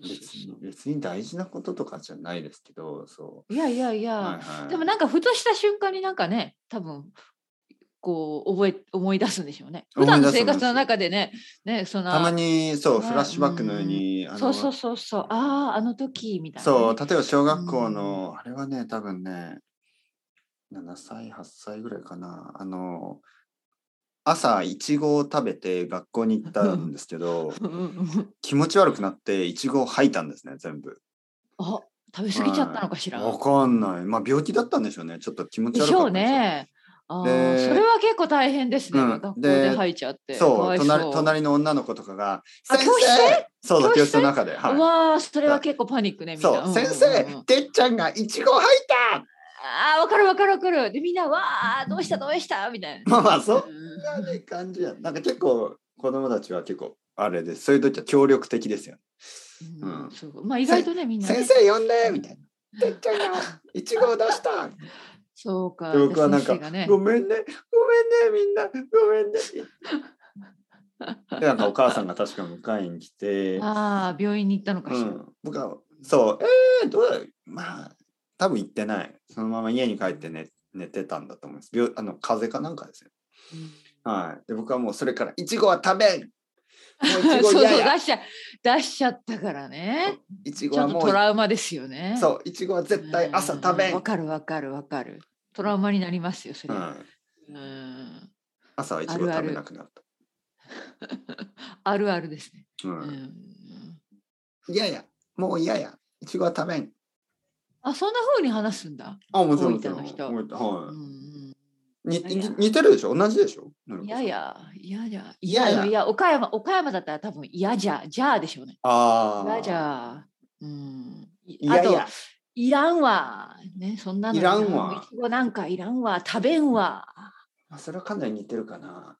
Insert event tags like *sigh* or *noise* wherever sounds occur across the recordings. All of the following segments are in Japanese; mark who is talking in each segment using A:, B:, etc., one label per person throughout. A: 別に別に大事なこととかじゃないですけどそ
B: いやいやいや、
A: う、はいはい、
B: でもなんかふとした瞬間になんかね多分こう覚え思い出すんでしょうね普段の生活の中でねねその
A: たまにそう、
B: ね
A: フラッシュバックのように、あの
B: そうそうそうそうあああの時みたいなね、
A: そう例えば小学校の、あれはね多分ね7歳8歳ぐらいかなあの朝いちごを食べて学校に行ったんです
B: *laughs*
A: けど
B: うんうんうん
A: 気持ち悪くなっていちごを吐いたんですね全部
B: あ食べ過ぎちゃったのかしら、
A: わかんないまあ病気だったんでしょうねちょっと気持ち
B: で
A: 悪
B: し
A: か
B: ょうん
A: ったですよ
B: ねあー
A: で
B: それは結構大変ですね、
A: うん
B: 学校
A: で
B: で入っちゃってか
A: そ
B: わ
A: う
B: いそう
A: 隣隣の女の子とかが「
B: あ
A: 先
B: 教
A: 生!」そうだ
B: 教室
A: 教室の中で、
B: う
A: は
B: わあそれは結構パニックね
A: い、
B: みんな
A: そう「
B: ん
A: 先
B: んうん
A: 生てっちゃんがいちご吐いた!
B: ああわかるわかるわかるでみんなわあどうしたどうしたみたい」な
A: まあまあそ
B: うん
A: んなね感じやなんか結構子供たちは結構あれですそういう時は協力的ですよね
B: うん
A: うん
B: そうまあ意外とねみんなね
A: 先生呼んでみたいな。てっちゃん
B: *laughs*
A: がいちごを出した。
B: そうか
A: で僕はなんか、
B: 先生がね
A: ごめんね、ごめんね、みんな、ごめんね。
B: *laughs*
A: で、なんかお母さんが確か迎えに来て、
B: ああ病院に行ったのか
A: う
B: しら、
A: ん、僕は、そう、えー、どうだまあ、多分行ってない。そのまま家に帰って寝寝てたんだと思います。病あの風邪かなんかですよ。はい。で、僕はもうそれから、いちごは
B: *laughs*
A: 食べんもういち
B: そ
A: ご
B: うそう
A: 嫌
B: 出
A: や
B: しちゃ出しちゃったからね
A: いちご
B: ちょ
A: は
B: っと
A: も
B: ト
A: う、
B: ラウマですよねう
A: そう、いちごは絶対朝食べ
B: ん
A: ん。
B: わかるわかるわかるトラウマになりますよそれ
A: う
B: は、
A: ん、
B: うん、
A: 朝はいちご食べなくなった。
B: あるあるですね、
A: うん
B: うん、
A: いやいや、もう嫌や。いちごは食べん。
B: あそんな風に話すんだ、
A: あ、も
B: ちろんもちろん大分の人う
A: は
B: ん
A: い。に
B: いやいや
A: に似てるでしょ同じでしょ
B: うん、いやい。やいやいや
A: いやいや
B: いや岡山岡山だったら多分いやじゃじゃあでしょうね
A: あ
B: い
A: あ。
B: やじゃうん
A: い
B: あ
A: やい
B: と
A: や。
B: いらんわ。ね、そんなの
A: いらんわ
B: いちごなんかいらんわ。食べんわ。
A: あそれはかなり似てるかな。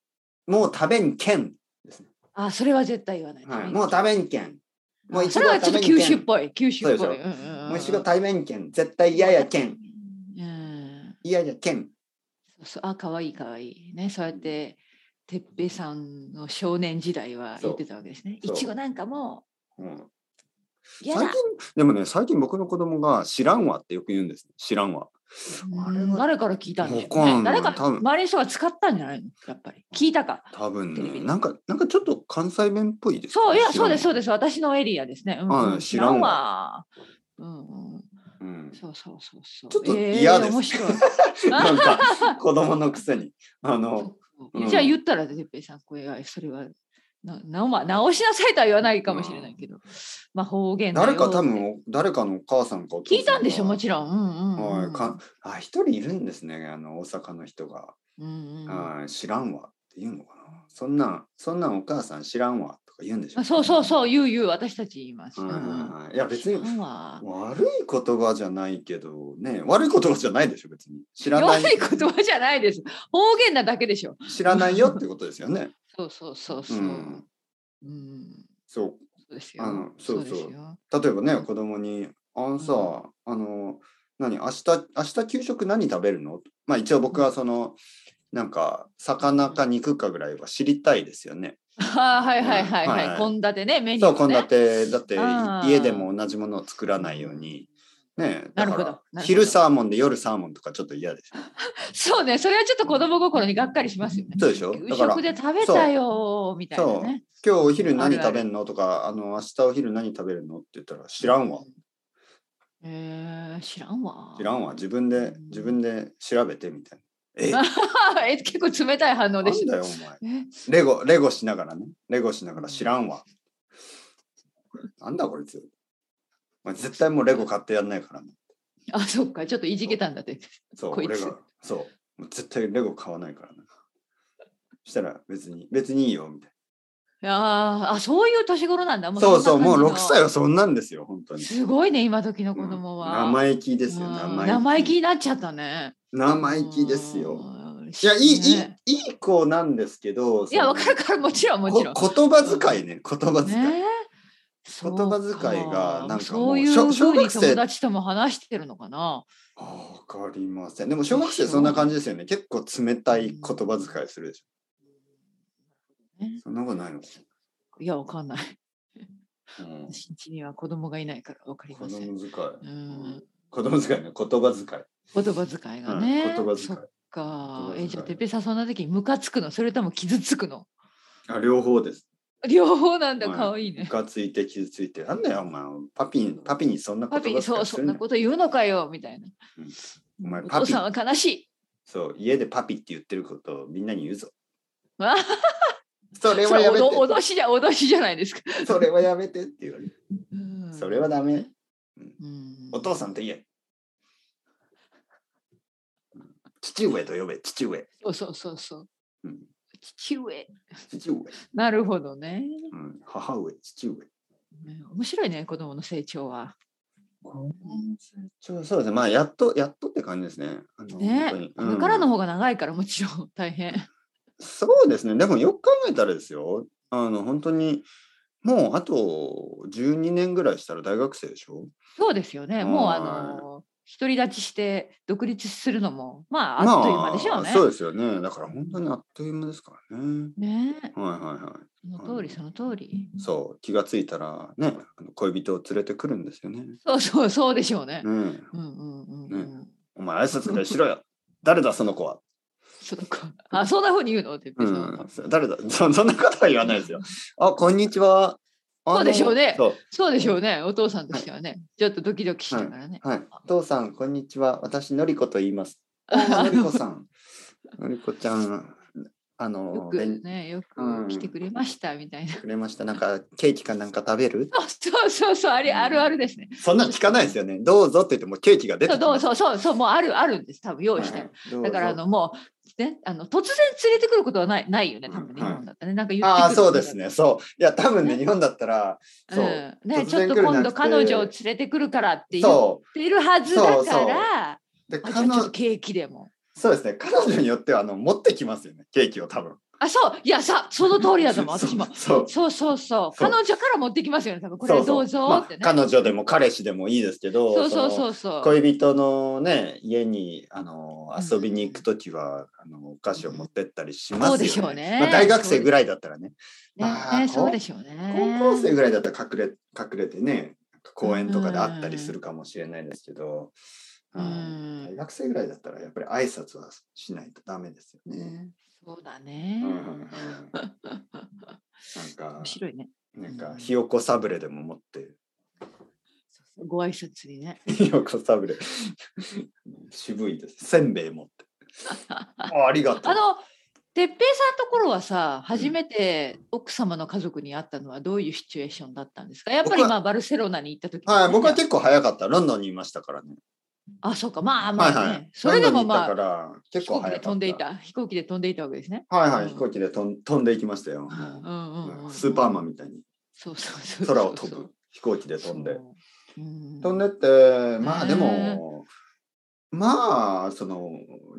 A: もう食べんけんですね。
B: あ、それは絶対言わない。
A: はい。もう食べんけん。もうい
B: そ
A: ち
B: れ
A: ご
B: は
A: は
B: ちょ
A: 食
B: っ
A: べ
B: と
A: ん
B: 九
A: け
B: 州っ
A: ん。
B: ぽい。九州っぽ
A: そう
B: い。
A: で
B: うんうんうん
A: もういちご食べんけん。絶対嫌やけん。。
B: うん。
A: 嫌やけん。
B: そうそうあ、可愛い可愛いね、そうやって。哲平さんの少年時代は言ってたわけですね。
A: そう
B: いちごなんかも
A: うん、
B: う。
A: 最
B: 嫌
A: 近
B: だ。
A: でもね最近僕の子供が「知らんわ」ってよく言うんです、知らんわあれは
B: うん誰から聞いたんでしょう
A: わか
B: ね。
A: んな
B: 誰
A: い
B: か
A: 多分
B: 周りの人が使ったんじゃないのやっぱり。聞いたか。
A: 多分
B: テレビ
A: ね
B: で
A: なんかなんかちょっと関西弁っぽいですね、
B: そういや
A: 知ら
B: そうん
A: わ
B: ですそうです私のエリアですね。うんうん
A: はい知らん
B: わ。うんうん。
A: うん、
B: そうそうそうそう。
A: ちょっと
B: えー
A: 嫌です
B: 面白い。
A: なんか子供のくせに *laughs* あの
B: *laughs* そう
A: うん
B: じゃあ言ったらてっぺいさんこれはそれはななま直しなさいとは言わないかもしれないけど、まあ方言だよ
A: 誰か多分お誰かのお母さんかお父さ
B: 聞いたんでしょもちろん。うんうん、うん。
A: はいかあ一人いるんですねあの大阪の人が、
B: うんうん。ま
A: はい知らんわって言うのかなそんなんそんなんお母さん知らんわとか言うんでしょ、
B: あそうそうそう言う言う私たち言います。
A: はい
B: うん
A: はいはいいや別に
B: 知らんわ
A: 悪い言葉じゃないけどね悪い言葉じゃないでしょ別に知らな
B: 悪
A: い
B: い言葉じゃないです。方言なだけでしょ。
A: 知らないよってことですよね
B: そうそうそう
A: う
B: そう。うん
A: ん。そう
B: そうですよ。
A: あのそうそう
B: ですよ。
A: 例えばね子供に「あのさ、あの何明日明日給食何食べるの?」まあ一応僕はそのなんか魚か肉かぐらいは知りたいですよね。
B: あーはいはいはい
A: は
B: はいい。献立ねメニュ
A: そ
B: ー、
A: う
B: ね。
A: 献立だって
B: あー
A: 家でも同じものを作らないように。ねえ、だか
B: なるほどなる
A: ら
B: ほど
A: 昼サーモンで夜サーモンとかちょっと嫌でしょ。
B: そうね、それはちょっと子供心にがっかりしますよね。
A: そうでしょ
B: 夕
A: だから
B: 食で食べたよーみたいなね。
A: 今日お昼何
B: あるある
A: 食べんのとかあの明日お昼何食べるのって言ったら知らんわ
B: えー、知らんわ。
A: 知らんわ自分で自分で調べてみたいな。え
B: *laughs* え結構冷たい反応
A: な
B: でし
A: ん
B: た。
A: だよお前。
B: え
A: レゴ、レゴしながらね。レゴしながら知らんわ。なんだこいつ。お前絶対もうレゴ買ってやんないからね。
B: あ、そっか、ちょっといじけたんだって。
A: そう、
B: こい
A: 俺
B: つ
A: が。そう。もう絶対レゴ買わないからね。したら別に、別にいいよ、みたい
B: あーあ、そういう年頃なんだ。も
A: な。そうそう、
B: んな
A: も
B: 感じ
A: う
B: の
A: 6歳はそんなんですよ、本当に。
B: すごいね、今時の子供は。
A: うん生意気ですよ、
B: うん
A: 生意気。
B: 生意気になっちゃったね。
A: 生意気です
B: う
A: よ。
B: ん。
A: いや、いい、
B: ね
A: いい、いい子なんですけど、
B: いや、わかる
A: か
B: から、もちろん、もちろん。
A: 言葉遣いね、言葉遣い。
B: ね
A: 言葉遣いがなんか
B: そ
A: もう
B: うい
A: 小
B: うふ
A: 小
B: うに
A: 学生
B: 友達とも話してるのかな。
A: わかりません。でも小学生そんな感じですよね。結構冷たい言葉遣いするでしょ。そんなことないの
B: いや、わかんない。
A: うん
B: 私んちには子供がいないから分かり
A: 子
B: ません。
A: 供遣い。
B: うん、
A: 子供遣いね、言葉遣い。
B: 言葉遣いが
A: うん
B: ね。
A: 言葉
B: そ
A: 遣い
B: っ。か
A: 言葉。遣
B: え
A: い
B: じゃあてっぺいさんそんな時にムカつくのそれとも傷つくの
A: あ、両方です。
B: 両方なんだ
A: はい
B: 可愛いね
A: ム。カついて傷ついて、なんだよ、お前。パピン、パピにそんな言
B: パ
A: 葉
B: ピ
A: 遣い
B: ーそう
A: す
B: そ
A: る
B: ん
A: な
B: なこと言うのかよみたいな。
A: お前
B: お
A: パ
B: 父
A: ピ
B: さんは悲しい。
A: そう、家でパピって言ってることをみんなに言うぞ。
B: あ
A: それ
B: そ
A: は
B: れ
A: やめ
B: おど
A: て。
B: 脅しじゃ脅しじゃないですか。
A: それはやめてって言われる。
B: うん
A: それはダメ。
B: うん
A: お父さんと言え。父上と呼べ、父上。
B: そうそうそうそう。
A: うん、
B: 父上。
A: 父上、
B: なるほどね。
A: うん。母上、父上。
B: ね面白いね、子供の成長は。
A: そうそうですね。まあ、やっと、やっとって感じですね。あの
B: ね
A: 本当に、
B: これからの
A: うん
B: 方が長いから、もちろん大
A: *laughs*
B: 変。
A: そうですね。でもよく考えたらですよ。あの、本当に、もうあと12年ぐらいしたら大学生でしょ
B: そうですよね。もう、
A: はい
B: あの、独り立ちして独立するのも、まあ、
A: ま
B: あっという間でしょうね。
A: そうですよね。だから本当にあっという間ですからね。
B: ねえ
A: はいはいは
B: その通り、その通り。
A: い。そう、気がついたらね、あの恋人を連れてくるんですよね。
B: そうそう、そうでしょうね。
A: ねえ
B: うんうんうんうん。
A: お前挨拶ぐらいしろよ。誰だその子は。
B: その子あ、そんな風に言うのてっぺ
A: う
B: いさん。
A: ん、誰だそそんなことは言わないですよ。あ、こんにちは。あの
B: そうでしょうね
A: そう
B: そうでしょうね。お父さんとしてはね、ちょっとドキドキしながらね。
A: はい。お父さん、こんにちは。私、のりこと言います。
B: *laughs* あ
A: あのり
B: の
A: こさん。のりこちゃん、あ
B: よ
A: の、
B: く
A: 勉
B: ね、よ
A: う
B: く
A: ん
B: 来てくれましたみたいな。 *laughs*
A: くれました。なんか、ケーキかなんか食べる
B: そうそうそう、あれ、
A: うん
B: あるあるですね。
A: そんなの聞かないですよね。どうぞって言ってもケーキが出て
B: そう、
A: きま
B: どう
A: す
B: そうそう、そう、もうあるあるんです。多分用意してある。
A: はい
B: だから、あの、もう、ね、あの、突然連れてくることはない、ないよね。多分ね
A: うん
B: 日本だったらね、なんか言ってくる。
A: ああそうです。ねそういや多分ね
B: ね
A: 日本だったら
B: う、
A: そうん
B: ね、
A: 突
B: ちょっ
A: 然
B: と
A: 来る
B: 今
A: なんて
B: 度彼女を連れてくるからって言っ
A: そ
B: てるはずだから。
A: うで
B: あ
A: 彼
B: じゃあちょっと
A: 女
B: ケーキでも。
A: そうですね彼女によってはあの持ってきますよねケーキを多分
B: あ、そう、いや、さ、その通りだと思う、
A: そう
B: 私も。
A: そう
B: そうそうそう、
A: そう
B: 彼女から持ってきますよね、多分、こ
A: そ
B: れ
A: そ
B: どうぞ
A: まあ
B: ってね。
A: 彼女でも彼氏でもいいですけど
B: そうそう
A: そ
B: そ
A: の
B: うそう。
A: 恋人のね家にあの
B: うん
A: 遊びに行くときは、あのお菓子を持ってったりしま
B: そ
A: すよ
B: う
A: ね
B: でしょうね。
A: まあ、大学生ぐ
B: らい。
A: らいだったらねまあ
B: ね、そうでしょうね。
A: 高校生ぐらいだったら隠れ隠れてね公園とかで会ったりするかもしれないですけど、
B: う
A: うん
B: ん
A: 大学生ぐらいだったらやっぱり挨拶はしないとダメですよね。
B: そうだね
A: うん。うん
B: *laughs*
A: うんなんか
B: 面白いね。
A: なんかひよこサブレでも持って *laughs*
B: そうそうご挨拶にね。
A: ひよこサブレ *laughs* 渋いですせんべい
B: *laughs*
A: 持ってあありがとう
B: あの、てっぺいさんところはさ、初めて奥様の家族に会ったのはどういうシチュエーションだったんですかやっぱり
A: 僕は
B: まあバルセロナに行った時
A: はい僕は
B: じゃ
A: 結構早かったロンドンにいましたからね
B: ああ、そうか。まあまあね。
A: はいはい
B: それでもま
A: ロン
B: あ、
A: ドンにいたから
B: 飛
A: 結構
B: 行機
A: 早か
B: で
A: った
B: 飛んでいた。飛行機で飛んでいたわけですね。
A: はいは
B: うん
A: い飛行機で飛ん飛んでいきましたよも
B: う
A: うん
B: うんうん、
A: スーパーマ
B: ン。
A: ンみたいに
B: そうそうそうそう。
A: 空を飛ぶ飛行機で飛んで
B: そう。うん
A: 飛んでってまあで
B: ね
A: もまあその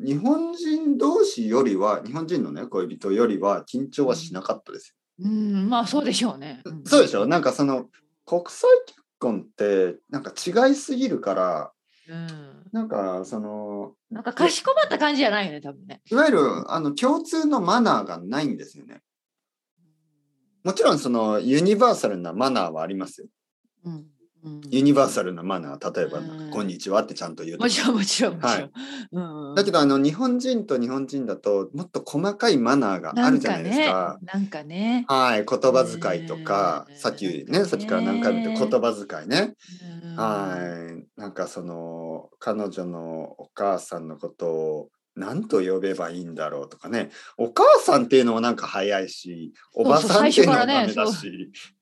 A: 日本人同士よりは日本人のね恋人よりは緊張はしなかったです
B: うん、まあそうでしょうね。
A: よ、
B: ん
A: そうでしょなんかその国際結婚ってなんか違いすぎるから
B: うん
A: なんかその
B: なんかかしこまった感じじゃないよね、多分ね。
A: いわゆるあの共通のマナーがないんですよねもちろんそのユニバーサルなマナーはありますよ
B: うんうん
A: ユニバーサルなマナー例えばなん
B: うん
A: か「こんにちは」ってちゃんと言うと
B: も
A: か
B: ちろんもちろんもちろん。うんうん
A: だけどあの日本人と日本人だともっと細かいマナーがあるじゃないですか。
B: なんかね。
A: はい、言葉遣いとか、
B: ね
A: さっき
B: なんかね
A: ね、さっきから何回も言って言葉遣いね。
B: なんかね
A: はい、なんかその彼女のお母さんのことを何と呼べばいいんだろうとかね。お母さんっていうのもなんか早いし、おばさんっていうのもダメ
B: そう
A: だ
B: そう最初
A: し。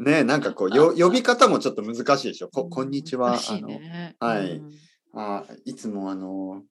A: ね、なんかこう
B: *laughs*
A: よ呼び方もちょっと難しいでしょ。ここんにちは。
B: 難しい
A: あの
B: ね
A: はい
B: うん
A: あいつもあの、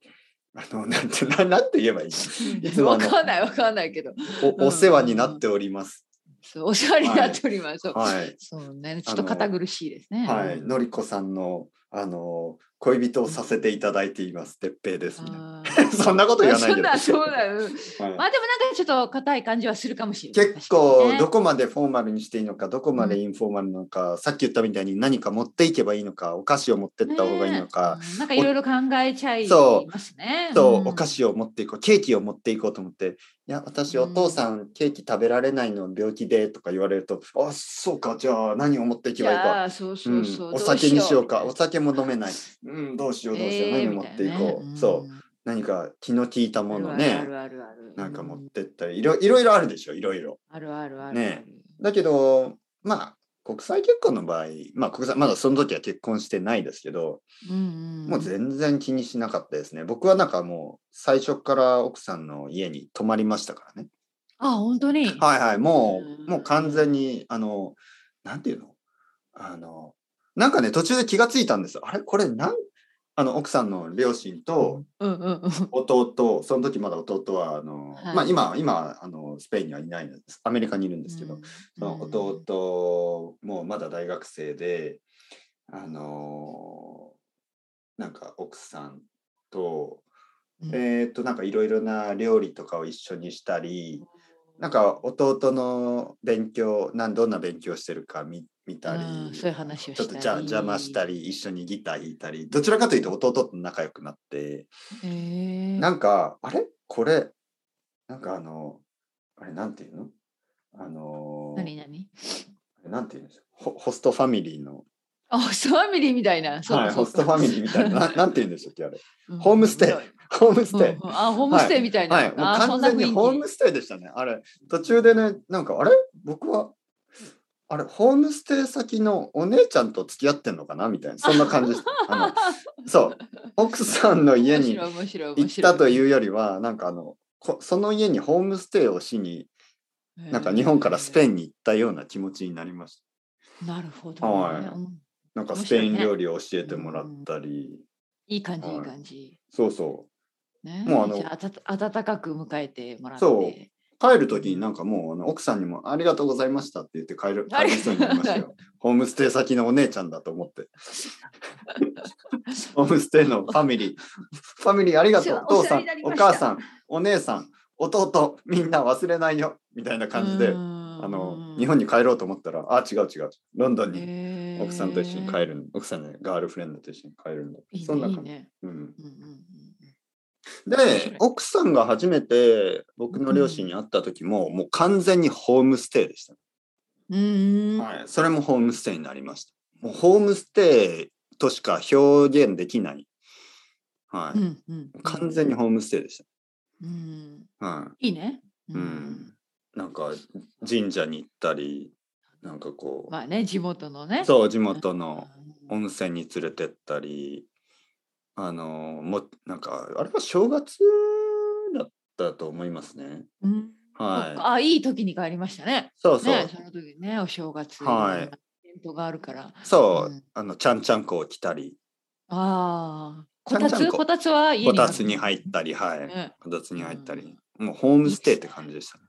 A: あの、なんて、ななんて言えばいい
B: *laughs*
A: のいつもあ
B: わ
A: の
B: かんないわかんないけど、うん
A: おお世話になっております。
B: そうお世話になっております。そう
A: はい。
B: そうね、ちょっと堅苦しいですね。
A: はい。 *laughs* のりこさんの、あの、恋人をさせていただいています。てっぺいです。みたいな
B: あー
A: そんなこと言わない
B: そ
A: け
B: ん
A: ど。
B: なそうだよ。うんまあ
A: *laughs* はい
B: でもなんかちょっと硬い感じはするかもしれない。
A: 結構ど
B: こ
A: こまでフォーマルにしていいのかどこまでインフォーマルなのか、さっき言ったみたいに何か持っていけばいいのかお菓子を持ってった方がいいのか、、
B: ねうんなんかいろいろ考えちゃい
A: そう
B: ますね。
A: と
B: うん
A: お菓子を持っていこうケーキを持っていこうと思って「いや私お父さんケーキ食べられないの病気で」とか言われると「あそうかじゃあ何を持っていけ
B: じ
A: ばいいか
B: ゃあそう」
A: う
B: そ
A: ん
B: うそう。
A: お酒にしよう
B: ど
A: かお酒も飲めない」うん「どうしようどうしよう、何を持っていこう」そう何か気の利いたもの
B: ある
A: ね
B: あるある。
A: なんか持っ
B: う
A: てったりいろいろいろあるでしょいろいろ。
B: あるあるある。
A: ねだけど、まあ、国際結婚の場合、まあ、国際、まだその時は結婚してないですけど、
B: うんうんうん。
A: もう全然気にしなかったですね。僕はなんかもう、最初から奥さんの家に泊まりましたからね。
B: あ本当に。
A: はいはい、も
B: うん
A: う、もう完全に、あの、なんていうのあの、なんかね、途中で気がついたんですよ。あれこれ、なん、あの、奥さんの両親と
B: うんうんうん。
A: 弟、その時まだ弟は、あの、
B: はい
A: まあ今、今、あの、スペインにはいないんです。アメリカにいるんですけど、そ
B: うん
A: の弟もまだ大学生で、あのーなんか奥さんと、
B: うん
A: えーっとなんかいろいろな料理とかを一緒にしたり、なんか弟の勉強なんどんな勉強してるか見見たり、
B: うんそういう話を
A: ちょ
B: し
A: っと
B: たり
A: じゃ邪魔したり一緒にギター弾いたりどちらかというと弟と仲良くなって、
B: えー
A: なんかあれこれなんかあのあれなんていうのあのー
B: 何何
A: なんて言うんでしょうホホストファミリーの、
B: あホストファミリーみたいな。そう
A: はい、
B: そう
A: ホストファミリーみたい
B: *laughs*
A: なななんて言うんでしょうっけあれホームステイホームステイ、
B: うんうんあホームステイみたいな。
A: はいもう
B: あそ
A: 完
B: んな
A: 全
B: 雰囲
A: に
B: 気
A: ホームステイでしたねあれ途中でねなんかあれ僕はあれホームステイ先のお姉ちゃんと付き合ってんのかなみたいなそんな感じでしたあのそう奥さんの家に
B: 面白い面白い面
A: 行っ
B: 白い
A: たというよりはなんかあのこその家にホームステイをしになんか日本からスペインに行ったような気持ちになりました
B: ンなるほど、
A: はい
B: ねうん
A: なんかスペイン
B: 面白いね
A: 料理を教えてもらったり、
B: いい感じ
A: はい
B: いい感じ、
A: そうそう
B: ね
A: もうあの
B: じゃあ温温かく迎えてもらって
A: そう帰る時になんかもうあの奥さんにも「ありがとうございました」って言って帰る帰りそうになりましたよ。ホームステイ先のお姉ちゃんだと
B: *laughs*
A: 思って。ホームステイのファミリー。ファミリーありがとう。お
B: お
A: 父
B: 世
A: さ
B: 話
A: ん
B: になり、
A: お
B: ました
A: 母さん、お姉さん、弟、みんな忘れないよ。みたいな感じで、あの日本
B: に
A: に帰ろうと思ったら、あ、違う違う。ロンドンに
B: に
A: 奥さんと一緒に帰るん、奥さんね、ガールフレンドと一緒に帰るんだ。
B: いいね
A: そんな感じ。
B: いいね
A: うん
B: うんうんうん面白
A: で
B: い
A: 奥さんが初めて僕の両親に会った時も、もう完全にホームステイでした、
B: うーん、
A: はい、それもホームステイになりましたもうホームステイとしか表現できない、は
B: う
A: い
B: んうんうん
A: 完全にホームステイでし
B: うん
A: た、はい
B: いね
A: いうん、なんか神社に行ったりなんかこう、
B: まあね地元のね
A: そう地元の
B: うん
A: 温泉に連れてったりあのもなんかあれは正月だったと思いますね
B: うん
A: はい
B: そっかあいい時に帰りましたね
A: そうそう、
B: ねその時ねお正月
A: はい
B: ろんなイベントがあるから
A: そう、
B: うん
A: あのちゃんちゃんこを着たり
B: ああ
A: ちゃ
B: こ
A: んちゃ
B: た
A: ん
B: つ
A: こ
B: こたつは家に
A: こ
B: ある
A: たつに入ったりはい、
B: ね
A: こたつに入ったり、もうホームステイって感じでしたね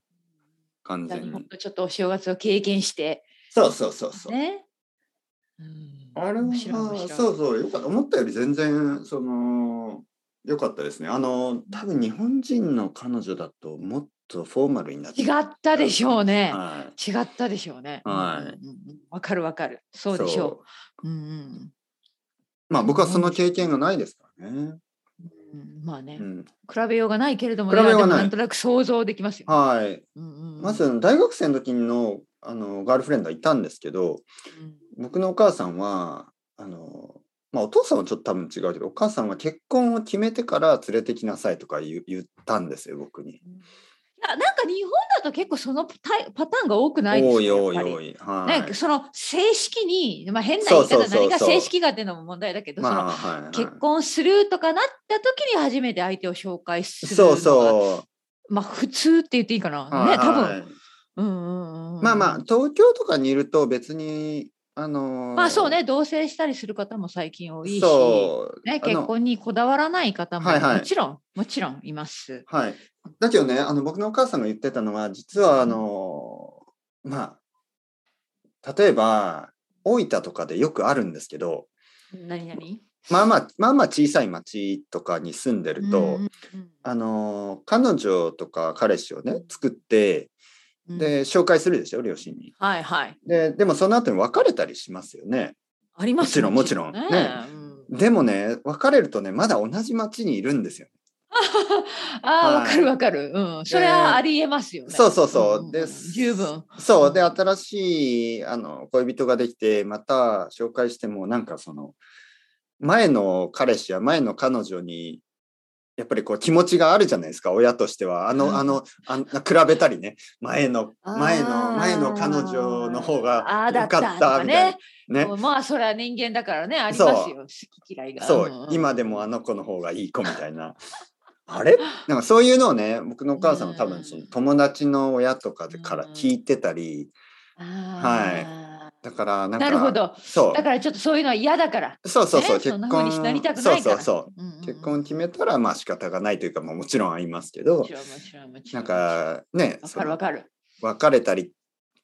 A: 完
B: じゃあ日
A: 全
B: 本
A: に
B: とちょっとお正月を経験して
A: そうそうそうそう、
B: ね。うん
A: あれは
B: 面白い面白い
A: そうそうよかった思ったより全然その良かったですねあの多分日本人の彼女だともっとフォーマルになって
B: 違ったでしょうね。
A: はい
B: 違ったでしょうね。
A: はい
B: うんうんうんわかるわかる。そうでしょう。うん
A: うまあ僕はその経験がないですからね、
B: うんうん。まあね、
A: うん、
B: 比べようがないけれども、
A: 比べようがない
B: やでもんとなく想像できますよ。
A: はい
B: うんうんうん
A: ま、ず大学生の時のあのガールフレンドはいたんですけど、
B: うん
A: 僕のお母さんはあの、まあ、お父さんはちょっと多分違うけどお母さんは結婚を決めてから連れてきなさいとか言う言ったんですよ僕に。
B: いやなんか日本だと結構そのパタパターンが多くないですか
A: おいおい
B: やっぱり
A: おい。はい、
B: ね、その正式に、まあ、変な言
A: そう
B: い
A: そうそう
B: 方
A: そ
B: 何
A: う
B: が正式かっていうのも問題だけど、その
A: まあはい、はい、
B: 結婚するとかなった時に初めて相手を紹介するの
A: そ
B: が
A: うそ
B: まあ普通って言っていいかな、
A: う。はい
B: ね多分、
A: はい
B: うんうんうん
A: まあまあ東京とかにいると別にあのー
B: まあそうね同棲したりする方も最近多いし、
A: そう
B: ね、
A: あの
B: 結婚にこだわらない方も
A: はいはい
B: もちろんもちろんいます。
A: はい。だけどね、あの僕のお母さんが言ってたのは、実はあの、まあ、例えば、大分とかでよくあるんですけど、
B: 何何
A: まあまあまあまあ小さい町とかに住んでると、
B: うんうんうん
A: あのー彼女とか彼氏をね作って
B: うん
A: で紹介するでしょ両親に。
B: はいはい。
A: ででもその後に別れたりしますよね。
B: ありますよ
A: もちろんもちろんね
B: うん
A: でもね別れるとねまだ同じ町にいるんですよ。
B: ああ、
A: は
B: わ
A: い
B: かるわかる。うん。それはありえますよね。
A: そうそうそうん
B: んん
A: です
B: 十分。
A: そうで新しいあの恋人ができてまた紹介してもなんかその前の彼氏や前の彼女にやっぱりこう気持ちがあるじゃないですか親としてはあ
B: うん
A: のあのあん比べたりね前の前の前の彼女の方
B: あ
A: が
B: あー
A: 良かっ
B: だ
A: た
B: と
A: みたいなね
B: ね。まあそれは人間だからねありますよ。好き嫌いが。
A: そ
B: ん
A: うん今でもあの子の方がいい子みたいな *laughs* あれなんかそういうのをね僕のお母さんも多分その友達の親とかでから聞いてたり
B: あ
A: だからな
B: ー
A: んか
B: なるほど。
A: そう
B: だからちょっとそういうのは嫌だから。
A: そうそうそう、
B: ねそんな風になりたく
A: そ
B: な
A: う
B: いか
A: そ
B: ら
A: うそう
B: うんうん
A: 結婚決めたらまあ仕方がないというか、まあ、もちろんありますけ
B: も
A: ど
B: ちろんもちろんもちろ
A: なんんかね
B: わ
A: そ
B: かる
A: の
B: わかる。
A: 別れたり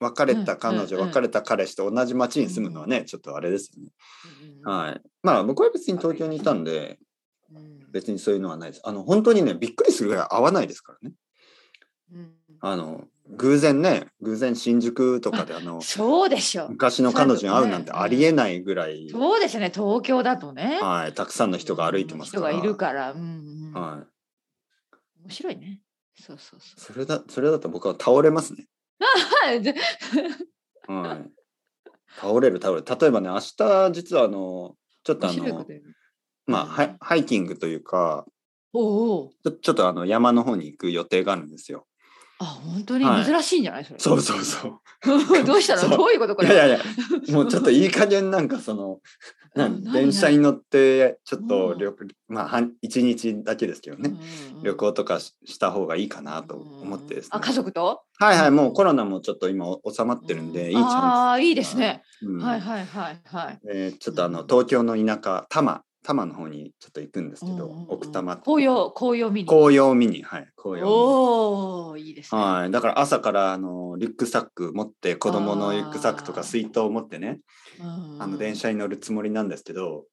A: 別れた彼女、
B: うんうんうん
A: 別れた彼氏と同じ町に住むのはね、ちょっとあれですよね、
B: うんうん
A: はいまあ僕は別に東京にいたんで
B: うん
A: 別にそういうのはないですあの本当にねびっくりするぐらい合わないですからね
B: うん
A: あの偶然ね偶然新宿とかであの
B: そうでしょ。
A: 昔の彼女に会うなんてありえないぐらい、
B: そうですね東京だとね。
A: はい、たくさんの人が歩いてますから
B: 人がいるから、うんうん
A: はい
B: 面白いね。そうそうそ
A: それだ、それだと僕は倒れますね。
B: う。
A: *laughs*
B: はい、で
A: はい。倒れる倒れる。例えばね、明日実はあの、ちょっとあ
B: *laughs* 面白いこ
A: の
B: と、言うね
A: まあ、ハイハイキングというか、
B: おうおう。
A: ちょちょっとあの山の方に行く予定があるんですよ。
B: あ、本当に
A: はい
B: 珍しいんじゃない、それ。
A: そうそうそう。
B: どうした
A: そう
B: のどういう *laughs* ことこ
A: い
B: れ。
A: やいやいや、もうちょっといい加減なんか
B: *laughs*
A: その、な
B: うん
A: ん
B: 何
A: 電車に乗って、ちょっと
B: うん
A: 旅、まあ、はん一日だけですけどね、
B: うんうん
A: 旅行とかしした方がいいかなと思ってですね。
B: あ、家族と
A: はいはい、もうコロナもちょっと今収まってるんで、いいチャン
B: ああ、いいですね。
A: ス。うん
B: はいはいはいはい。
A: えーちょっとあの
B: うん
A: 東京の田舎多摩多摩の方にちょっと行くんですけど、
B: うんうんうん
A: 奥多摩
B: 紅葉、紅葉見に。
A: 紅葉見にはい紅葉
B: おお、いいです
A: 見
B: ね。
A: にはいだから朝からあのリュックサック持って子供のリュックサックと
B: あ
A: か
B: ー
A: 水筒を持ってね
B: うん
A: あの電。車に乗るつもりなんですけど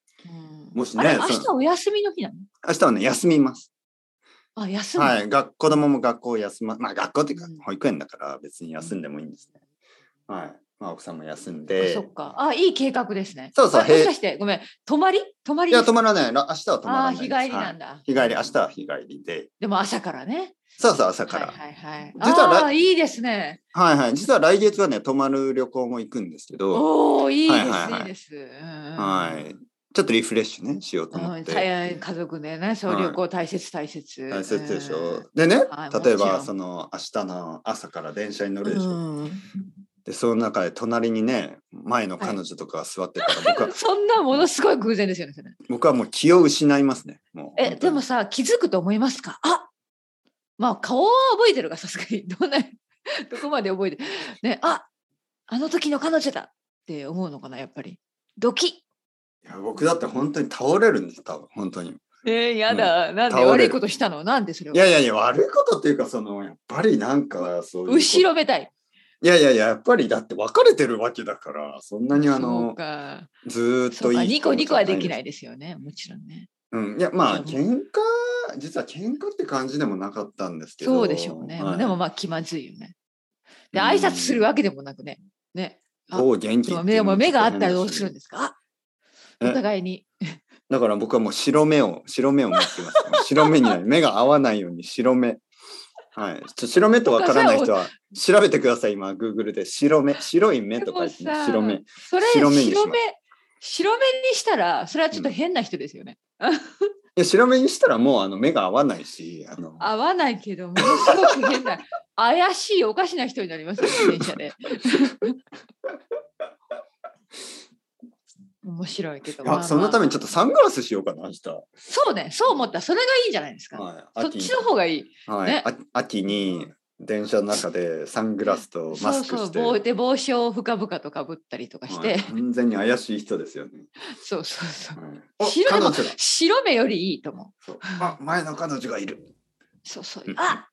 B: うん
A: もし
B: あ
A: ね
B: れ明
A: その
B: 日お休みの日なの。
A: 明日はね休みます、
B: あ、休む。
A: はい、が子供も学校を休ままあ学校っていうか
B: うん
A: 保育園だから別に休んでもいいんですね、はいまあ奥さんも休ん
B: あ
A: で
B: そっか。あ、いい計画ですね。
A: そうそう
B: あもしかして、ごめん、泊まり泊まり
A: い
B: で
A: や
B: す
A: 止まらないら明日は止ま
B: あ
A: らな
B: あ、
A: い
B: 日
A: です
B: 帰りなんだ。
A: はい、日帰り明日は日帰りで
B: でも朝からね。
A: そうそう朝から、
B: はいはいはい。
A: 実は
B: あ
A: ラ
B: あー、いいですね。
A: はいはい、実は来月はね、泊まる旅行も行くんですけど、
B: おお、いいです、
A: はい
B: い
A: はいはい
B: いです。は
A: はい、ちょっとリフレッシュね、しようと思
B: う
A: っ
B: ん、
A: て。
B: 大家族でね、そう、
A: はい
B: 旅行大切大切。
A: 大切でし
B: う
A: ょ
B: ん。
A: でね
B: はい、
A: 例え
B: もちろ
A: ば、
B: ん
A: その明日の朝から電車に乗るでしょ。
B: うん、
A: で、その中で隣にね、前の彼女とかが座ってたら、僕は、
B: そんなものすごい偶然ですよね。それ
A: 僕はもう気を失いますね。もう
B: え、
A: 本当
B: で
A: に
B: もさ、気づくと思いますかあまあ、顔は覚えてるが、さすがに。 *laughs* どんな、どこまで覚えてる。ね、ああの時の彼女だって思うのかな、やっぱり。ドキッ
A: いや僕だって本当に倒れるんです、多分本当に。
B: えー、やだ、なんで
A: 倒れる
B: 悪いことしたのなんでそれを
A: いやいやいや、悪いことっていうか、その、やっぱりなんか、そういうこと。
B: 後ろめたい。
A: いやいやいや、やっぱりだって別れてるわけだから、そんなにあ
B: そう
A: の、
B: か。
A: ずーっ
B: そ
A: と
B: う
A: いい
B: か、
A: 人
B: ニコニコはでき
A: じゃ
B: ないですよね、もちろんね。
A: うん、いやま
B: いや
A: あ
B: もう
A: 喧嘩実は喧嘩って感じでもなかったんですけど
B: そうでしょうね。
A: はい
B: でもまあ気まずいよね。で、
A: うん
B: 挨拶するわけでもなくね。ね。あ
A: どう元気
B: で
A: っ
B: も
A: て
B: 目
A: いうの
B: も
A: も
B: 目があっ
A: ちょと
B: た
A: 変
B: ら
A: だし
B: どうするんですかあ
A: え
B: お互いに。
A: だから僕はもう白目を白目を持ってま
B: *laughs*
A: すもう白目になり目が合わないように白目はいちょっと白目とわからない人は調べてください今 Google で白目白い目とか言って
B: でもさ
A: 白目
B: それ白
A: 白目
B: 目
A: にします
B: 白目にしたら、それはちょっと変な人ですよね。
A: いや白目にしたらもうあの目が合わないしあの
B: 合わないけど、ものすごく変な、 *laughs* 怪しい、おかしな人になりますよね、電車
A: *laughs*
B: で。面白いけど。
A: いやそのためにちょっとサングラスしようかな明日、
B: そうね、そう思った。それがいいんじゃないですか。
A: は
B: そ
A: い、
B: っ
A: 秋に
B: ちの方がいい。
A: はい、
B: ね
A: あ秋に電車の中でサングラスとマスク
B: そうそ
A: して
B: う帽で帽子を深々とかぶったりとかして、
A: はい完全に怪しい人ですよね。
B: そうそうそう。
A: お
B: 白
A: 彼
B: でも
A: 女だ
B: 白目よりいいと思う。
A: そうあ前の彼女がいる。
B: そうそう
A: うん。
B: あ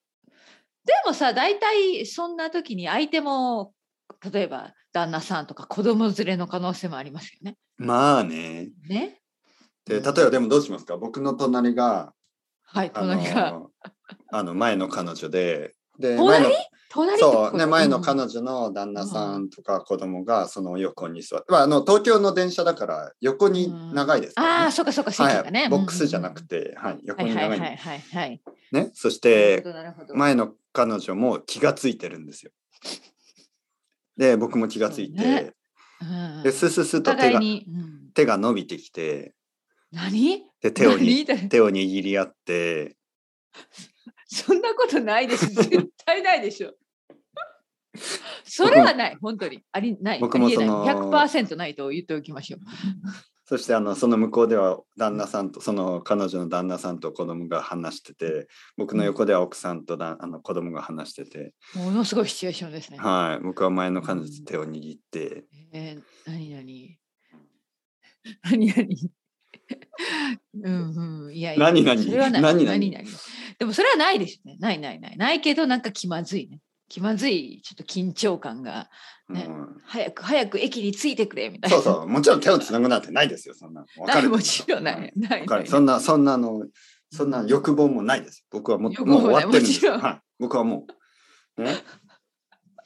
B: でもさ、大体そんな時に相手も、例えば旦那さんとか子供連れの可能性もありますよね。
A: まあね。
B: ね。
A: で例えばでもどうしますか僕の隣が
B: はい、
A: あ
B: 隣が。
A: のあの前の彼女でで前
B: 隣
A: の
B: 隣ってこと
A: そうね前の
B: うん
A: 彼女の旦那さんとか子供がその横に座って、まあ、あの東京の電車だから横に長いですからね、
B: ああ、そうかそうか、席
A: は
B: が
A: い
B: ね。
A: ボックスじゃなく
B: て。
A: て、はい、横
B: は
A: に
B: い
A: 長、
B: はいいはいはいはい。
A: ねそし
B: なる
A: て
B: ほどなるほど
A: 前の彼女も気がついてるんですよで僕も気がついて、
B: そうねうん
A: でススス
B: お
A: と手
B: 互い
A: が
B: に。うん
A: 手が伸びてきて
B: 何
A: で手をに
B: 何
A: 手を握り合って
B: そんなことないでし
A: *laughs*
B: ょ。絶対ないでしょ。それはない、本当に。ありない。
A: 僕も
B: ありえない
A: その
B: 100%ないと言っておきましょう。
A: そしてあのその向こうでは旦那さんとその彼女の旦那さんと子供が話してて僕の横では奥さんとだあの子供が話してて、
B: ものすごいシチュエーションですね。
A: はい、僕は前の彼女と手を握って
B: えー、何々。何々。うんうん、いやいや
A: 何々
B: それはない
A: 何々
B: 何々でもそれはないですね。ないないない。ないけどなんか気まずいね。気まずい、ちょっと緊張感が。ね
A: うん
B: 早く早く駅に着いてくれみたいな。
A: そうそうもちろん手をつなぐなんてないですよそ
B: *laughs*
A: んなわ
B: な
A: か
B: い
A: る
B: もちろんな
A: はい
B: い。ない
A: わか
B: ない
A: る *laughs* そんなそんなのそんな欲望もないです僕はもうもう終わってるんです
B: 欲望もないもちろん
A: はい、僕はもうね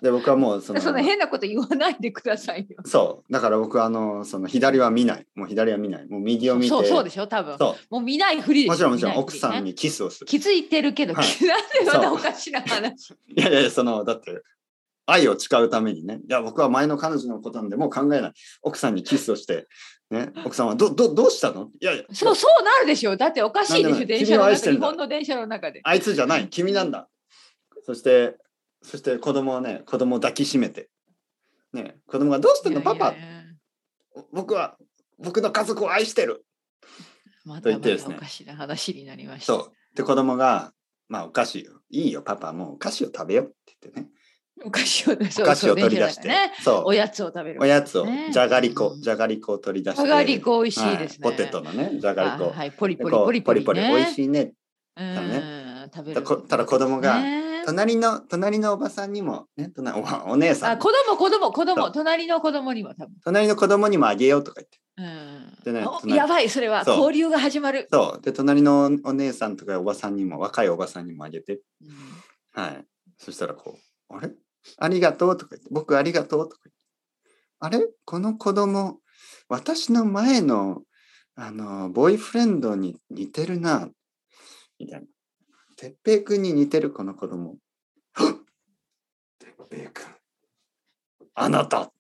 A: で僕はもうその
B: そんな変なこと言わないでくださいよ。
A: そうだから僕はあのその左は見ないもう左は見ないもう右を見て
B: そうそうでしょ、多分。
A: そう
B: もう見ないふりでしょ
A: もちろんもちろん
B: 見ないふ
A: 奥
B: りね
A: さんにキスをする。
B: 気づいてるけど、
A: はい
B: なんでまたおかしな話。
A: いやいやいやそのだって愛を誓うためにねいや僕は前の彼女のことなんでもう考えない奥さんにキスをして、ね、奥さんはどどどうしたのいやいや
B: そうそうなるでしょ。だっておかしいでしょ、
A: なんでもない
B: 電車の
A: 君を愛し
B: 中で。
A: てる
B: 日
A: んだ
B: 本の電車の中で。
A: あいつじゃない君なんだそしてそして子供をね子供を抱きしめて、ね、子供が「どうしてんの
B: いや
A: パ
B: いや
A: パ
B: いや
A: 僕は僕の家族を愛してる
B: また
A: と言
B: ま
A: ってです
B: た
A: ね
B: おかしな話になりま」した。
A: そうで子供が「まあお菓子よいいよパパもうお菓子を食べよ」って言ってね
B: お菓子を出し
A: お菓子を取り出して
B: ね。
A: そう
B: おやつを食べる。
A: おやつを、
B: ね
A: じゃがりこ
B: うん
A: じゃがりこを取り出して
B: じゃがりこ美味しいですね。
A: はいポテトのねじゃがり
B: あ
A: こ
B: はい、ポリ
A: で
B: ポ
A: こ
B: リ
A: う
B: ポリポリ、ね。
A: 美味しいね
B: うん。食べ
A: た
B: る。
A: こただ子供が
B: ね
A: 隣の隣のおばさんにもね隣おばお姉さ
B: あ
A: ん
B: 子供子供子
A: そ
B: 供
A: う
B: 隣の子供にも多分。
A: 隣の子供にもあげようとか言って
B: うん
A: でね
B: お
A: 隣
B: やばいそれは
A: そう
B: 交流が始まる。
A: そうで隣のお姉さんとかおばさんにも若いおばさんにもあげて
B: うん
A: はいそしたらこう「あれありがとう」とか言って「僕ありがとう」とか言って「あれこの子供私の前のあのボーイフレンドに似てるな」みたいな「哲平君に似てるこの子供」はっ「哲平君あなた」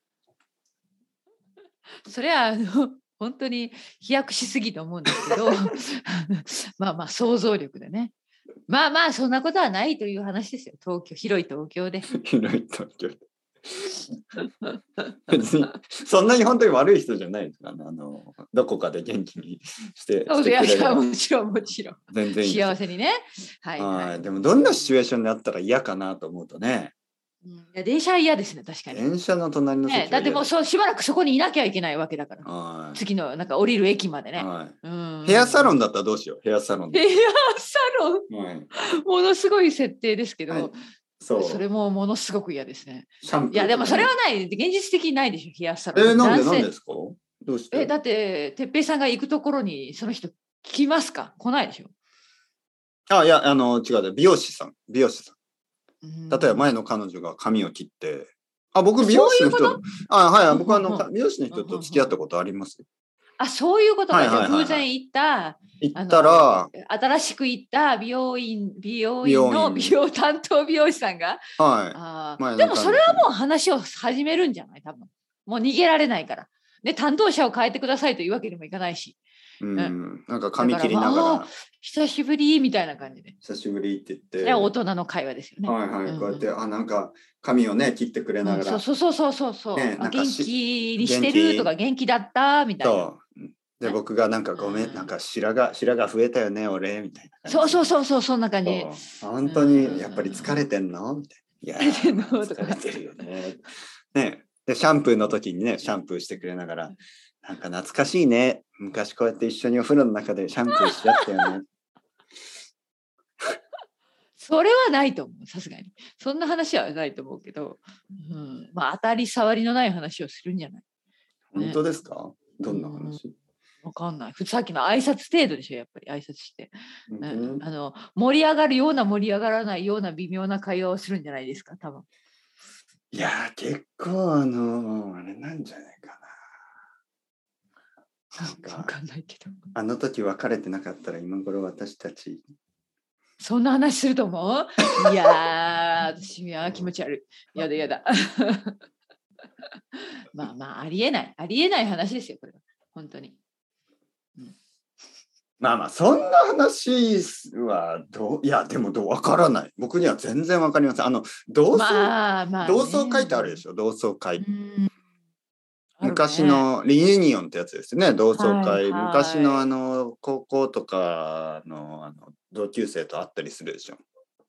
B: それはあの *laughs* 本当に飛躍しすぎと思うんですけ
A: *laughs*
B: どまあまあ想像力でねまあまあそんなことはないという話ですよ東京広い東京
A: *laughs*
B: で
A: 広い東京別にそんなに本当に悪い人じゃないですからねあのどこかで元気にして
B: そう
A: し
B: い
A: てく
B: や
A: れ
B: い
A: れ
B: や
A: ば
B: もちろんもちろん
A: 全然いいです
B: 幸せにねはい、はい
A: はいでもどんなシチュエーションであったら嫌かなと思うとね
B: うんいや電車は嫌ですね確かに、
A: 電車の隣の席は
B: ね、だってもう
A: 嫌
B: そうしばらくそこにいなきゃいけないわけだから
A: はい
B: 次のなんか降りる駅までね、
A: はい
B: うん
A: ヘアサロンだったらどうしようヘアサロンで
B: ヘアサロン
A: はい
B: ものすごい設定ですけど、
A: はいそう
B: それもものすごく嫌ですね。
A: シャンプー
B: いやでもそれはない現実的にないでしょ冷やさ
A: え
B: れ
A: ー、なんでなんですかどうして
B: えだって哲平さんが行くところにその人来ますか来ないでしょ
A: あいやあの違うで美容師さん美容師さん
B: うん
A: 例えば前の彼女が髪を切って、あ、僕美容師の人
B: そういう
A: と、あ、はい、僕あ
B: うん
A: の、
B: うんうん
A: 美容師の人と付き合ったことあります。
B: あそういうことか、
A: はいはいはいはい
B: じゃあ偶然行った
A: 行
B: あ
A: っ
B: の
A: たら、
B: 新しく行った美容院美容院
A: 美容
B: の
A: 院
B: 美容担当美容師さんが
A: は
B: あ
A: 前
B: ーで
A: の彼
B: も
A: 女
B: それはもう話を始めるんじゃない多分もう逃げられないから。で担当者を変えてくださいというわけにもいかないし
A: い、うんん、なんか髪切りな
B: だから
A: が
B: ま
A: ら、
B: 久しぶりみたいな感じで
A: 久しぶりって言
B: そ
A: っ
B: れ
A: て。
B: は大人の会話ですよね。
A: はいはい、
B: ん
A: こうやって、あ、なんか髪をね、切ってくれなが
B: う
A: ら。
B: ん
A: そ
B: そうそうそうそうそう、
A: ね
B: あ
A: なん
B: 元
A: かし
B: 気にしてるとか元気だったみたいな
A: う。で、僕がなんかごめ
B: うん
A: ん、なんか白髪、白髪増えたよね、俺みたいな。。
B: そうそううそうそうそんな感じ
A: そう本当に、やっぱり疲れてんのみたいな。いや
B: 疲れてんの
A: ー、
B: とか
A: 疲れてるよね。ね、で、シャンプーの時にね、シャンプーしてくれながら。なんか懐かしいね。昔こうやって一緒にお風呂の中でシャンプーし合った
B: *laughs*
A: よね。
B: それはないと思うさすがにそんな話はないと思うけど、うん、まあ当たり障りのない話をするんじゃない
A: 本当ですかどんな話、
B: わかんない。ふさっきの挨拶程度でしょ、やっぱり挨拶して。
A: う
B: ね
A: ん
B: あの盛り上がるような盛り上がらないような微妙な会話をするんじゃないですか、多分。
A: いやー、結構、あのーあれなんじゃないかな。なん
B: わ
A: か、
B: かんないけど。
A: あの時別れてなかったら、今頃私たち、
B: そんな話すると思
A: *laughs*
B: ういやー、私は気持ち悪い。やだ *laughs* やだ。まあまあ、ありえない。ありえない話ですよ、これは。本当に。
A: まあまあ、そんな話はどう、いや、でもどう、わからない。僕には全然わかりません。あの、同窓、
B: まあまあ、
A: 同窓会ってあるでし
B: ょ。
A: ょ、同窓会。
B: うんあるね
A: 昔のリユニオンってやつですよね同窓
B: は
A: 会、
B: いはい
A: 昔のあの高校とかのあの同級生と会ったりするでしょ。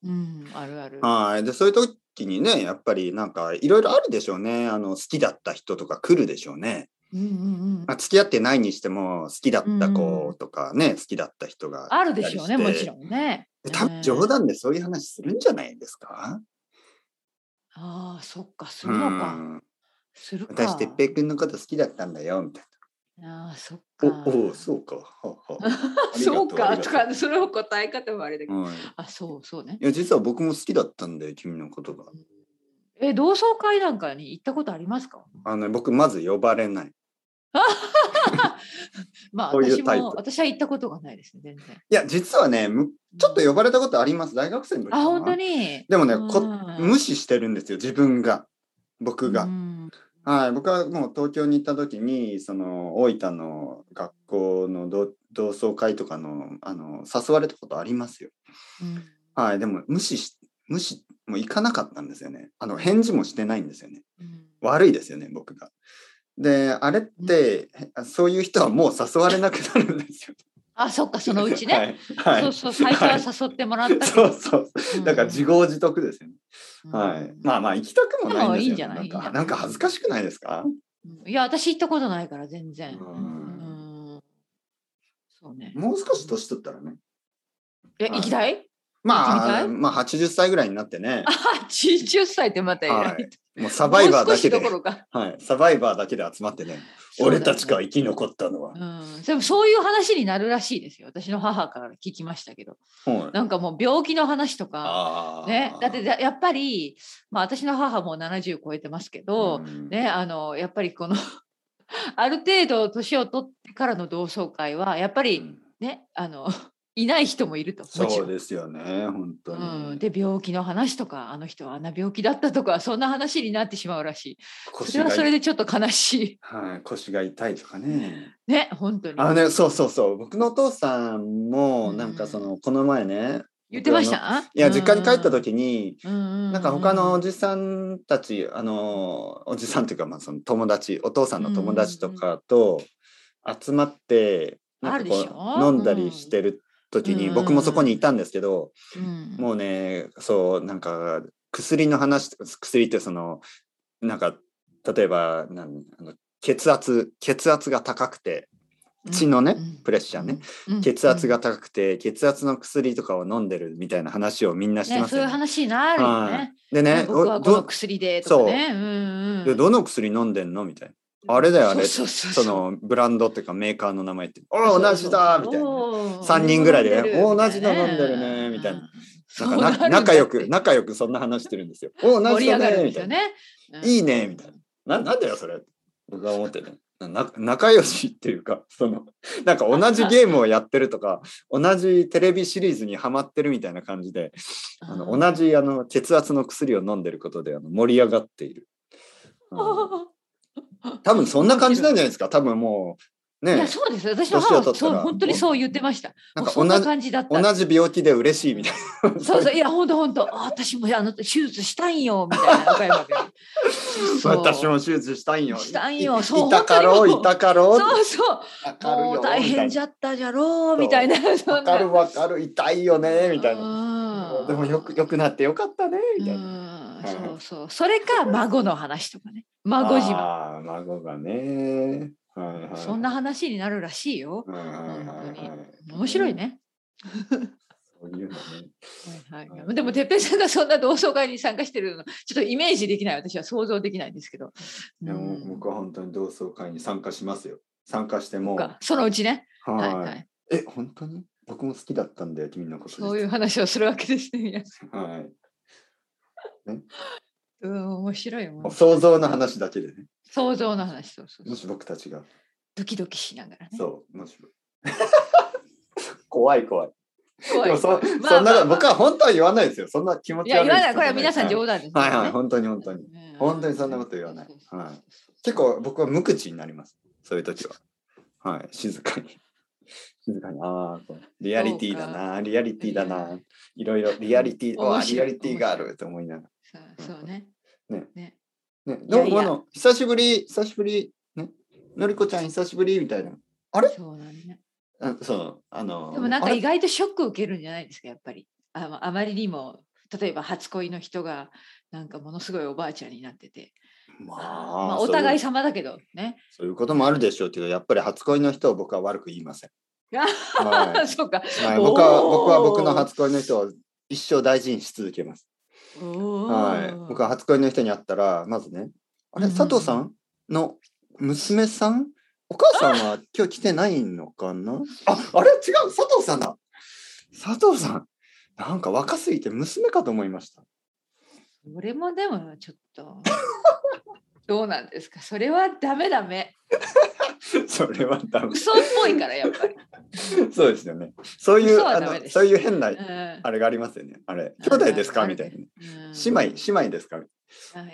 B: うん、あるある。
A: はいでそういう時にねやっぱりなんかいろいろあるでしょうねあの好きだった人とか来るでしょうね、
B: うんうんうん
A: まあ、付き合ってないにしても好きだった
B: う
A: 子
B: ん
A: とかね、好きだった人が
B: あるでしょうね、
A: いた
B: も
A: りて
B: ちろんね。
A: 多分冗談でそういう話するんじゃないですか
B: ああ、そっか、す
A: う
B: るのか。
A: ん
B: するか。
A: 私哲平君のこと好きだったんだよみたいな。
B: ああ、そっか。
A: おおうそうか。はあ
B: *laughs*
A: はあ
B: そう
A: あ
B: か
A: りが
B: と
A: う
B: か、その答え方もあれだけど。
A: はい、
B: あ、そうそうね
A: い。や実は僕も好きだったんで君のことが
B: え、同窓会なんかに行ったことありますか
A: あの、ね、僕まず呼ばれない
B: まあ、
A: そうい
B: 私
A: うタイプ
B: も、私は行ったことがないですね、全然。
A: いや実はねむちょっと呼ばれたことあります大学生の時か
B: あ、
A: な
B: 本当に。
A: でもね
B: うん
A: こ無視してるんですよ自分が僕が、
B: うん
A: はい僕はもう東京に行った時にその大分の学校の同同窓会とかのあの誘われたことありますよ
B: うん
A: はいでも無視し無視もう行かなかったんですよねあの返事もしてないんですよね
B: うん
A: 悪いですよね僕が。であれって、へそういう人はもう誘われなくなるんですよ。
B: あ、そっ *laughs* か、そのうちね。
A: はい、
B: そ
A: は
B: う
A: い、
B: そう、最初は誘ってもらったけど
A: そうそうだから自業自得ですよね。はい、まあまあ行きたくもない
B: で
A: んですよ。
B: もいいんじゃない
A: ん
B: いいんじ
A: か
B: ゃない
A: なんか恥ずかしくないですか？
B: うんいや、私行ったことないから、全然。
A: う
B: うんんそうね。
A: もう少し年取ったらね。
B: え、
A: はい
B: 行きたい *laughs* 行ってみ
A: ま
B: た
A: あ
B: い
A: まあ八十歳ぐらいになってね、
B: ?80 歳ってまた偉い。
A: はいもうサバイバーだけで
B: もう少しどこ、ろか。
A: はい、サバイバーだけで集まってね、
B: そうだよ
A: *laughs* 俺
B: ね
A: たちが生き残ったのは、
B: うん、でもそういう話になるらしいですよ。私の母から聞きましたけど。
A: はい、
B: なんかもう病気の話とか、
A: あー
B: ね、だってだやっぱり、まあ、私の母も70超えてますけど、
A: うん
B: ね、あのやっぱりこの *laughs* ある程度年を取ってからの同窓会はやっぱ
A: う
B: り、
A: ん
B: ねあのいない人もいるともち
A: そ
B: ろ。
A: うんですよね本当に。
B: うん、で病気の話とかあの人はあんな病気だったとかそんな話になってしまうらしいそ
A: 腰
B: れ
A: が
B: はそれでちょっと悲し
A: はい、腰が痛いとかね。
B: い *laughs* ね本当に
A: あのね、そうそうそう、僕のお父さんも、
B: うん
A: なんかその、この前ね。
B: 言ってました
A: いや、実家に帰った、時に、
B: うんうん、
A: なんか他のおじさんたち、あの、おじさんというか、まあ、その友達、お父さんの友達とかと。集まって、なんかこ
B: あるでしょ
A: う、飲んだりしてる時に、
B: うん
A: 僕もそこにいたんですけど。
B: うん
A: もうね、そう、なんか薬の話と、薬ってその、なんか、例えば、なんあの血圧、血圧が高くて、血のね、プレッシャーね、、
B: うんうん
A: 血圧が高くて、血圧の薬とかを飲んでるみたいな話をみんなして
B: ね、
A: ます
B: そうい
A: よ
B: う
A: ね。
B: 話になるよ
A: は
B: ね
A: い。でね、
B: 僕は
A: お
B: この
A: ど
B: 薬でとかね。うんうん
A: でどの薬飲んでんのみたいな。あれだよ、あれ。
B: そう
A: そ
B: そうそう
A: のブランドっていうかメーカーの名前って、ああ、同じだみたいな。
B: な
A: 三人ぐらいでねお同じの飲んでるねみたいな。なんかな仲良く、仲良くそんな話してるんですよ。おお、
B: 盛
A: 同
B: り
A: じ
B: 上
A: だ
B: がる
A: ね
B: んで
A: み
B: す
A: たい
B: よ
A: な。
B: ね。うん
A: いいねみたいな。ななんだよそれ僕は思ってね。な仲良しっていうかそのなんか同じゲームをやってるとか同じテレビシリーズにはまってるみたいな感じであの同じあの血圧の薬を飲んでることであの盛り上がっている、うん多分そんな感じなんじゃないですか多分もう
B: *laughs* い
A: ね
B: やそうです私の母
A: 年を取った
B: は
A: ら
B: そう本当にそう言ってました。
A: なん
B: も
A: か
B: うそ
A: 同
B: んな
A: じ
B: 感じだった。
A: 同じ病気で嬉しいみたいな
B: そうそういや本当本当あ私もあの手術したんよみたいな岡山君そう
A: *laughs* 私も手術したんよ
B: したんよ
A: い
B: そう
A: 痛かろ
B: 本当
A: う
B: にもう
A: 痛かろう
B: そうそう
A: 痛かるよ
B: もう大変じゃったじゃろうみたいなそ
A: わ
B: ん
A: か
B: な
A: るわかる痛いよねみたいな
B: な
A: でもよくよくなってよかったねみたいな。
B: な
A: はいはい
B: そうそうそれか孫の話とかね孫自慢
A: あー孫がね。はいはい、
B: そんな。話になるらしいよ
A: はいはいはいはい
B: 面白い。ね、
A: そういうのね。
B: はい
A: は
B: はいいでも哲平さんがそんな同窓会に参加してるのちょっとイメージできない私は想像できないんですけど、
A: で
B: う
A: も
B: ん
A: 僕は本当に同窓会に参加しますよ。参加しても、
B: かそのうちね。
A: は
B: はいいはい。
A: え、本当に僕も好きだったんだよ、君のこと。
B: そういう話をするわけですね。皆さ
A: 実は。はい。
B: んうん、面白い
A: も
B: も。
A: うん想像の話だけでね。
B: 想像の話。そうそうそ
A: も
B: う
A: し僕たちが。
B: ドキドキしながらね。
A: そう、もし。 *laughs* 怖い怖い。
B: 怖
A: でも
B: い。
A: そ
B: まあ
A: そん
B: まあ
A: な、
B: まあ
A: 僕は本当は言わないですよ。そんな気持
B: い
A: ち
B: や、
A: 悪い
B: 言わない。これは
A: こと
B: 皆さん
A: はい
B: 冗談ですよね。
A: はいはい、本当に本当に。
B: うん
A: 本当にそんなこと言わない
B: そうそうそう
A: はい結構僕は無口になります。そういう時は。はい、静かに。静かに。ああ、そうリアリティだな、リアリティだな。いろいろリアリティ、
B: 面
A: わあ、
B: 白い
A: リアリティがあると思いなが
B: そうそうね。
A: ね
B: ね。
A: ら。ね、
B: いや
A: ど
B: い
A: う
B: や
A: もあの、久しぶり、久しぶり、ね、のりこちゃん久しぶりみたいな。
B: そうなんだね。
A: あそう、あの、
B: でもなん
A: あ
B: か
A: れ
B: 意外とショック受けるんじゃないですか、やっぱり。あまあまりにも、例えば初恋の人が、なんかものすごいおばあちゃんになってて。
A: ま
B: ま
A: あ、
B: あ、お互い
A: そう
B: 様だけどね。
A: そういうこともあるでしょうけど、やっぱり初恋の人を僕は悪く言
B: *laughs*
A: いません。
B: あ *laughs*
A: は
B: そうか。
A: い、はい、僕は、
B: おー
A: 僕は僕の初恋の人を一生大事にし続けます。はい、僕は初恋の人に会ったらまずね「あれ
B: うん
A: 佐藤さんの娘さんお母さんは今日来てないのかなああれ違う佐藤さんだ佐藤さんなんか若すぎて娘かと思いました *laughs*
B: 俺もでもちょっと。どうなんですかそれはダメダメ。
A: それはダメ
B: 嘘っぽいからやっぱり。
A: そうですよねそういう
B: 嘘は
A: あ
B: ダメ
A: の
B: です
A: そういう変な
B: うん
A: あれがありますよねあ
B: なん
A: れ兄
B: か
A: 弟です
B: あ
A: か
B: る
A: みたいなね姉
B: 姉
A: 妹姉妹ですか
B: い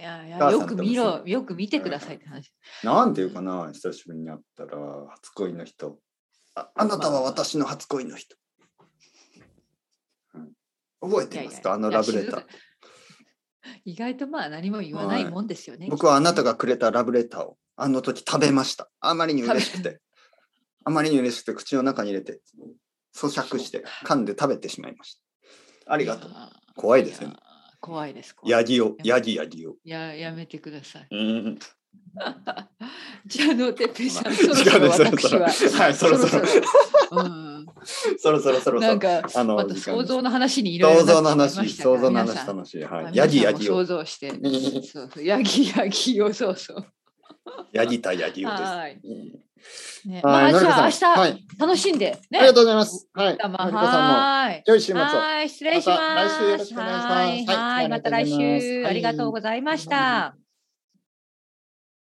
B: やいや
A: お母さん
B: よ
A: と
B: く見ろ
A: 娘
B: よく見てくださいって話。
A: なんていうかな久しぶりに会ったら初恋の人ああなたは私の初恋の人、うん覚えていますかあのラブレ
B: い
A: ター
B: や。静か意外とまあ何も言わないもんですよね。
A: 僕はあなたがくれたラブレターをあの時食べましたあまりに嬉しく
B: 食
A: て
B: *laughs*
A: あまりに嬉しくて口の中に入れて咀嚼して噛んで食べてしまいましたあ
B: あ
A: りがとう怖いですね。
B: 怖いです。怖い
A: ヤギをヤギヤギを
B: いややめてください。
A: うん
B: じゃあのてっぺいさん、
A: *laughs* 違
B: そうろそろ
A: ねそ
B: 私
A: ろそろ
B: は。
A: はいそろそろ
B: ろうん
A: そろそろそろそ
B: なん
A: ろ
B: か、
A: あの
B: また
A: 時間
B: 想
A: です
B: 像の話にいろいろ
A: 想像の
B: なってきま
A: 話
B: したが。
A: 想像の
B: 皆
A: 話
B: さん
A: 楽しいはい
B: 皆さ
A: ヤ
B: ん
A: ギ
B: も
A: ヤギを
B: 想像して
A: ん。
B: そうそうヤギ、ヤギを、そうそう。
A: ヤギ対ヤギオです。
B: はー
A: うん
B: ね、ま
A: は
B: あ、
A: い
B: じゃあ
A: のりこさんはい
B: 明日、楽しんで。
A: あ
B: ね
A: りがとうございます。はい。
B: どうも
A: のりこさんも、
B: はーい。
A: 良い週末を。
B: はーい、失礼します。
A: また来週よろしくお願いします
B: はーい、はいまた来
A: はいありがとうございます
B: 週、ありがとうございました。